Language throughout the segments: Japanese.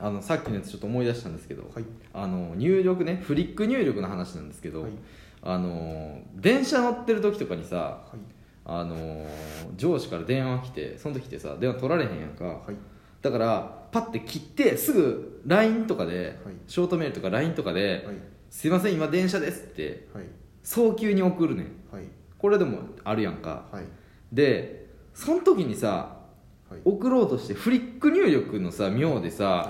あのさっきのやつちょっと思い出したんですけど、はいあの入力ねフリック入力の話なんですけど、はいあの電車乗ってる時とかにさはいあの上司から電話来てその時ってさ電話取られへんやんか、はいだからパッて切ってすぐ LINE とかで、はいショートメールとか LINE とかで「はいすいません今電車です」ってはい早急に送るねんはいこれでもあるやんかはいでその時にさはい送ろうとしてフリック入力のさ妙でさ、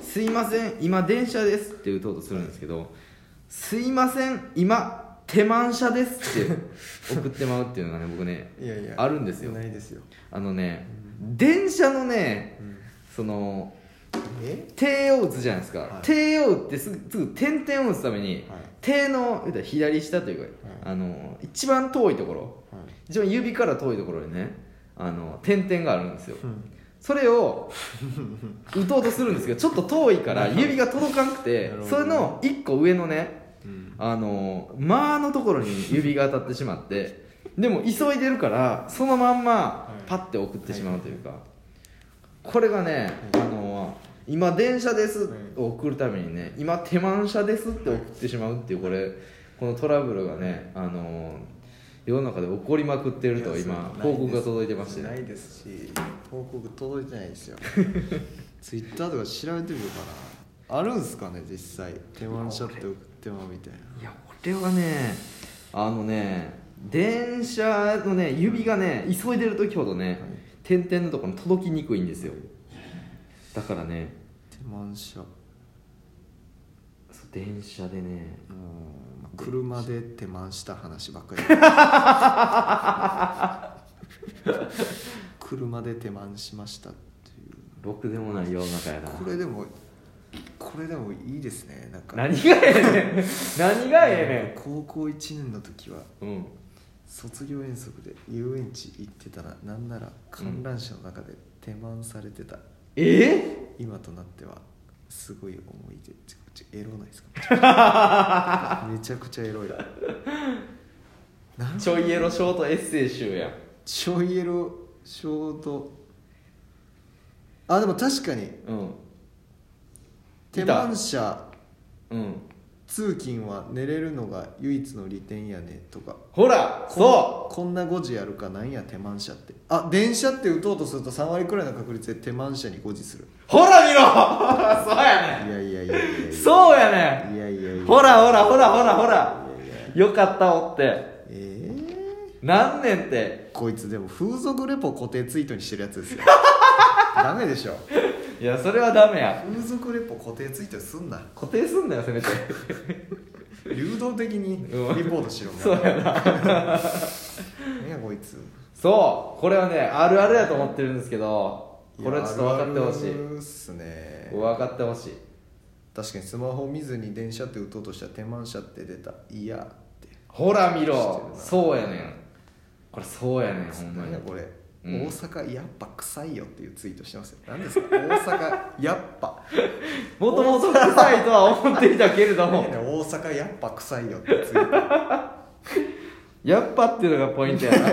すいません今電車です」って打とうとするんですけど「すいません今手満車です」 って送ってまうっていうのがね僕ねいやいやあるんですよないですよ、あのね電車のねうん、そのえ帝王打つじゃないですか、はい帝王打ってすぐすぐ点々を打つために、はい手の言うたら左下というか、あの一番遠いところはい一番指から遠いところにねあの点々があるんですよ、うんそれ を打とうとするんですけどちょっと遠いから指が届かなくてなるほそどれの1個上のねうんあの「間」のところに指が当たってしまってでも急いでるからそのまんまはいパッて送ってしまうというか、これがね「あはいの今電車ですはい」を送るためにね「今手満車です」って送ってしまうっていうこれこのトラブルがねあの世の中で起こりまくってるとい今やそんなない報告が届いてましてなねいですし報告届いてないですよ ツイッターとか調べてみようかなあるんすかね実際手間シャって送ってもみたいないや俺はねあのね電車のね指がね急いでる時ほどね、点々のところに届きにくいんですよだからね手間シャそう電車でねうんまあ車で手満した話ばっかり 車で手満しましたっていうろくでもない世の中やなこれでもこれでもいいですねなんか何がええねん何がえ高校1年の時はえねん卒業遠足で遊園地行ってたらなんなら観覧車の中で手満されてた、ええ今となってはすごい思い出ちょちょエロないですか めちゃくちゃエロいなんちょいエロショートエッセイ集やんちょいエロショートあでも確かにうん手満車うん通勤は寝れるのが唯一の利点やねとかほらそうこんな5時やるかなんや手満車ってあ電車って打とうとすると3割くらいの確率で手満車に5時するほら見ろ そうやねいやいやいやいやいんやそうやねんいやいやいやほらほらほらほらほらよかったおってええ何年ってこいつでも風俗レポ固定ツイートにしてるやつですよ ダメでしょいやそれはダメや風俗レポ固定ツイートすんな固定すんなよ せめて流動的にうんリポートしろそうやなねやこいつそうこれはねあるあるやと思ってるんですけどこれはちょっと分かってほしいいやあるあるっすね分かってほしい確かにスマホ見ずに電車って打とうとしたら手満車って出たいやってほら見してろるなそうやねんこれそうやねんほんま何にやこれ、うん大阪やっぱ臭いよっていうツイートしてますよ何ですか大阪やっぱもともと臭いとは思っていたけれど何もやねん大阪やっぱ臭いよってツイート やっぱっていうのがポイントやな、うん、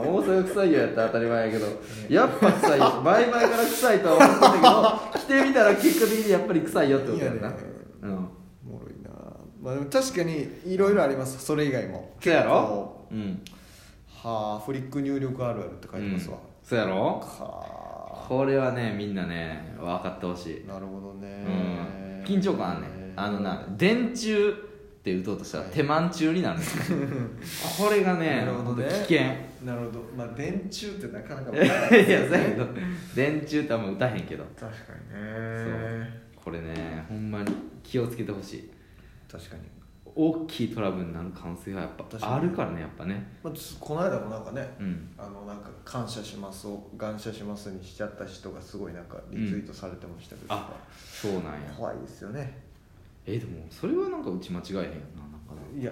大阪臭いよやったら当たり前やけどやっぱ臭いよ前々から臭いとは思ってた けど着てみたら結果的にやっぱり臭いよってことやんな、いやねうんおもろいなまあでも確かにいろいろありますそれ以外もそうやろうんはあフリック入力あるあるって書いてますわ、うんそうやろはこれはねみんなね分かってほしい、あなるほどうねん、緊張感あんねんあのなね電柱って打とうとしたらはい手満中になるねん これがねなるほどね危険いなるほどまあ電柱ってなかなか やそうやけど電柱ってあんま打たへんけど確かにそうねこれねほんまに気をつけてほしい確かに、大きいトラブルになる可能性はやっ確ぱかあにるからねやっぱねまあ、つこの間もなんかね、うんあのなんか「感謝します」を「感謝します」にしちゃった人がすごいなんかリツイートされてましたけど、あそうなんや怖いですよねえでもそれはなんか打ち間違えへんよななんかないや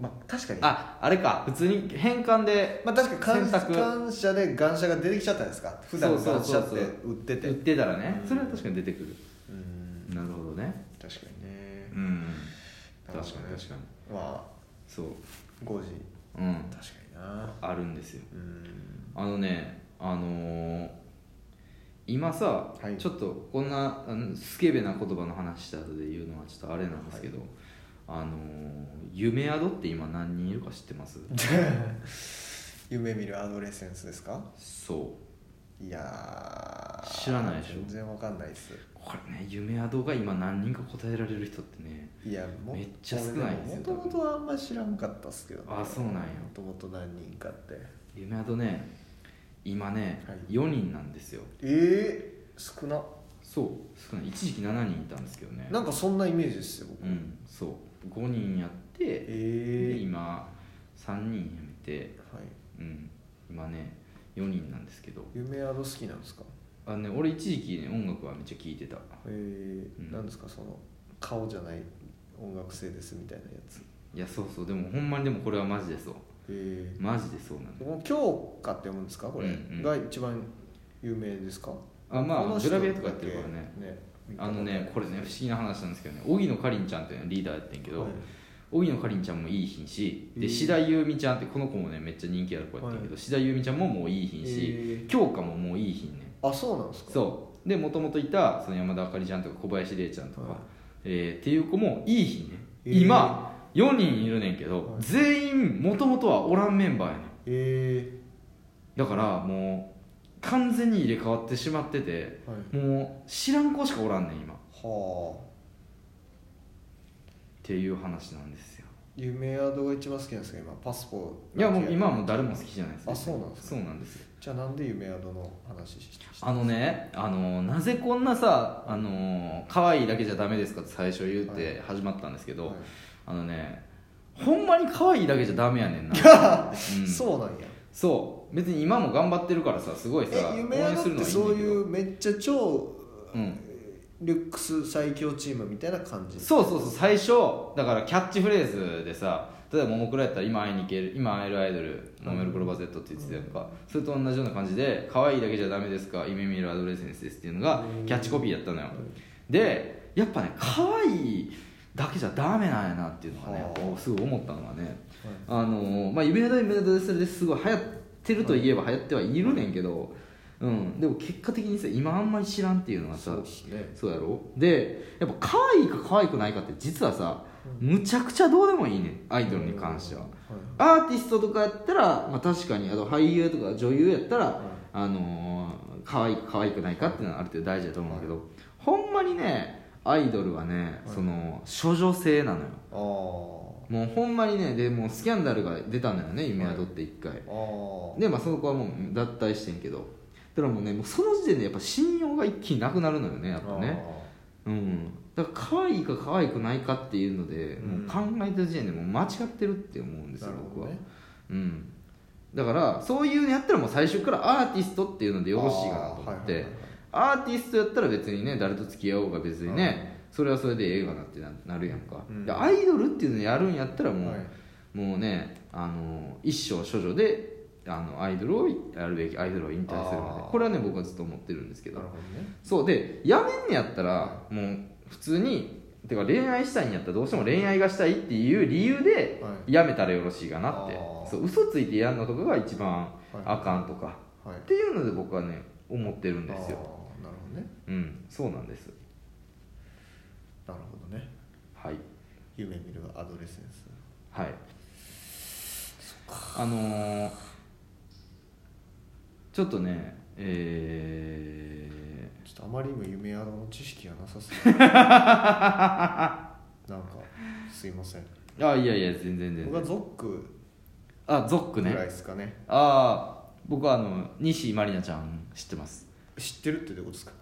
まあ確かにああれか普通に変換でまあ確かに選択感感謝で感謝が出てきちゃったんですか普段そう感そう謝そうってそう売ってて売ってたらねうんそれは確かに出てくるうんなるほどね確かにねうんなる確ほかどねに確かにまそうあ5時うん確かにな あるんですようんあのねあのー今さ、はいちょっとこんなあのスケベな言葉の話した後で言うのはちょっとあれなんですけど、あのー夢宿って今何人いるか知ってます夢見るアドレセンスですかそういやー知らないでしょ全然わかんないですこれね夢宿が今何人か答えられる人ってねいやもめっちゃ少ないんですよもともとあんま知らんかったっすけど、あそうなんやもともと何人かって夢宿ね今ね、はい4人なんですよええー、少なそう少ない一時期7人いたんですけどねなんかそんなイメージですよ僕、うんそう5人やって、でええ今3人やめてはい、うん今ね4人なんですけど夢宿好きなんですかあのね俺一時期ね音楽はめっちゃ聴いてたええうんなんですかその顔じゃない音楽性ですみたいなやついやそうそうでもほんまにでもこれはマジでそうええマジでそうなんだもう教科って読むんですかこれ、うんうんが一番有名ですかあまこあのグ人ラビアとかやってるからねねあのねこれね不思議な話なんですけどね荻野かりんちゃんっていうのがリーダーやってんけどはい荻野かりんちゃんもいい品しえでー志田優美ちゃんってこの子もねめっちゃ人気ある子やってんけど志田優美ちゃんももういい品えし京香ももういい品ねあそうなんですかそうでもともといたその山田あかりちゃんとか小林玲ちゃんとか、はいえーっていう子もいい日ね、えー今4人いるねんけど、はい全員もともとはおらんメンバーやねんえだからもう完全に入れ替わってしまっててえはいもう知らん子しかおらんねん今っはあていう話なんですよ夢宿が一番好きなんですか今パスポいやもう今はもう誰も好きじゃないですあそうなんですかそうなんですよじゃあなんで夢宿の話ししてあのねあのなぜこんなさあの可愛いだけじゃダメですかって最初言って始まったんですけど、はいあのねほんまに可愛いだけじゃダメやねんな、うんそうなんやそう別に今も頑張ってるからさすごいさえ夢宿ってそういううめっちゃ超うんリュックス最強チームみたいな感じそうそうそう最初だからキャッチフレーズでさ例えばももクロやったら今会いに行ける今会えるアイドルもめるクロバゼットって言ってたやんか、それと同じような感じで可愛いだけじゃダメですか夢見るアドレスセンスですっていうのがうんキャッチコピーやったのよでやっぱね可愛いだけじゃダメなんやなっていうのがねはあこうすごい思ったのがねはあいのまあ夢宿夢宿それですごい流行ってるといえば流行ってはいるねんけど、うん、でも結果的にさ今あんまり知らんっていうのがさそうですねそうやろでやっぱ可愛いか可愛くないかって実はさむちゃくちゃどうでもいいねんアイドルに関してはアーティストとかやったら、まあ、確かにあと俳優とか女優やったら、あのー、可愛いか可愛くないかっていうのはある程度大事だと思うけど、ほんまにねアイドルはね、はいその処女性なのよああもうほんまにねでもうスキャンダルが出たのよね夢宿って一回、ああでまあその子はもう脱退してんけどだからもうねもうその時点でやっぱ信用が一気になくなるのよねやっぱねうんだから可愛いか可愛くないかっていうので、うもんう考えた時点でもう間違ってるって思うんですよ、なるほ僕どはねうんだからそういうのやったらもう最初からアーティストっていうのでよろしいかなと思って、アーティストやったら別にね誰と付き合おうが別にねそれはそれでええがなってななるやんか、うんでアイドルっていうのやるんやったらもう、はいもうねあの一生処女であのアイドルをやるべきアイドルを引退するまあーでこれはね僕はずっと思ってるんですけどなるほどねそうでやめんねやったらもう普通にてか恋愛したいんやったらどうしても恋愛がしたいっていう理由ではやめたらよろしいかなって、あーそう嘘ついてやんのとかが一番はいあかんとかはいっていうので僕はね思ってるんですよあーなるほどねうんそうなんですなるほどねはい夢見るアドレセンスはいあのーちょっとねえちょっとあまりにも夢宿の知識がなさ すぎてなんかすいませんー、あいやいや全然全僕は然ゾックあゾックぐらいねですかねああ僕はあの西まりなちゃん知ってます知ってるってどういうことですか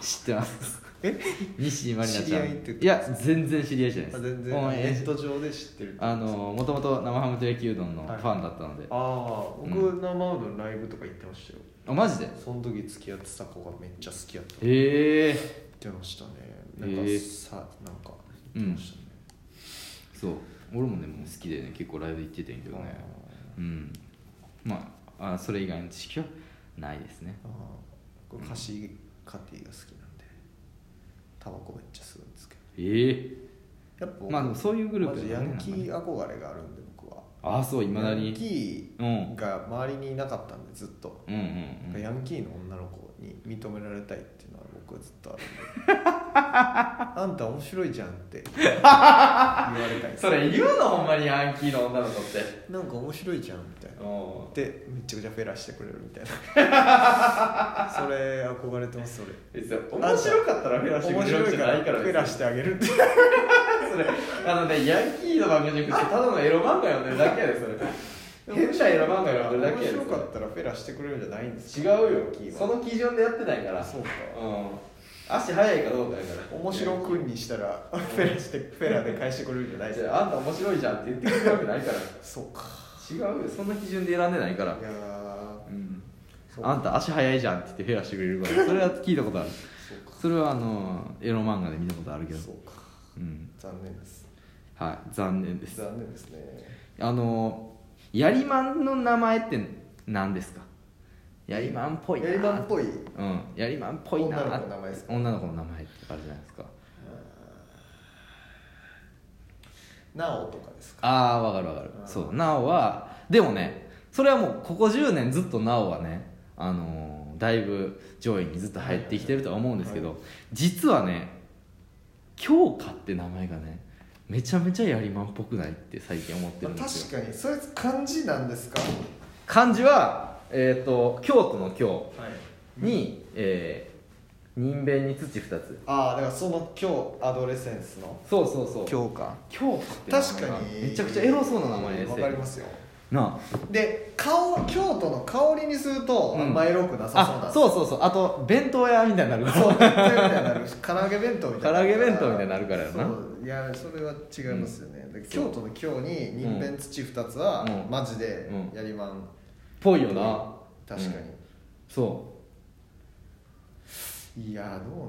知って ますえ西まりな知ちりゃん合いってことや全然知り合いじゃないであす全然ネもうえット上で知ってるあのもともと生ハムと焼きうどんのフはいァンだったので、ああ僕う生ウのライブとか行ってましたよあマジでその時付き合ってた子がめっちゃ好きやったへえ言ってましたねえなんかーさなんか言ってましたねそう俺もねもう好きでね結構ライブ行っててんけどねうんまああそれ以外の知識はないですねあーあー僕菓子カティが好きなんでタバコめっちゃ吸うんですけええどやっぱまあでもそういうグルーマプジヤねンキー憧れがあるんで僕はああそういまだヤンにキうんうんーが周りにいなかったんでずっと、うんうんヤンキーの女の子に認められたいっていうのは僕はずっとあるん であんた面白いじゃんって言われたいですそれ言うのほんまにヤンキーの女の子ってなんか面白いじゃんみたいなおでめちゃくちゃフェラしてくれるみたい なそれ憧れてますそれ別に面白かったらフェラしてくれるんじゃないから面白いフェラしてあげるってそれあのねヤンキーの番組じゃなくてただのエロ漫画読んでるだけやでそれ変なエロ漫画読んでるだけ面やで白かったらフェラしてくれるんじゃないんです違うよその基準でやってないからそうかうん足速いかどうかやから面白くんにしたらフェラしてフェラで返してくれるんじゃないですじゃああんた面白いじゃんって言ってくるわけないからそうか違うよそんな基準で選んでないからいやーうんそうあんた足速いじゃんって言ってフェアしてくれるからそれは聞いたことあるそうかそれはあのエロ漫画で見たことあるけどそうかうん残念ですはい残念です残念ですねあのやりまんの名前って何ですかやりまんっぽいなやりまんっぽいうんやりまんっぽいな女の子の名前ですか女の子の名前ってあるじゃないですかなおとかですかああわかるわかるうんそうなおはでもねそれはもうここ10年ずっとなおはねあのーだいぶ上位にずっと入ってきてるとは思うんですけど、実はね京香って名前がねめちゃめちゃやりまんっぽくないって最近思ってるんですよ確かにそれ漢字なんですか漢字はえっ、と京都の京はいに、えー、人弁に土2つああだからその今日アドレセンスのそうそうそう今日か京香って名前確がかにめちゃくちゃエロそうな名前ですわかりますよなで顔京都の香りにすると、うんあんまエロくなさそうあなあそうそうそうあと弁当屋みたいになるからそうみたいになる唐揚げ弁当みたいになる唐揚げ弁当みたいになるからやなそういやそれは違いますよね、で京都の京に人弁土2つは、うんマジでうんやりまん、 ぽいよな確かうんそうに、いやどうなん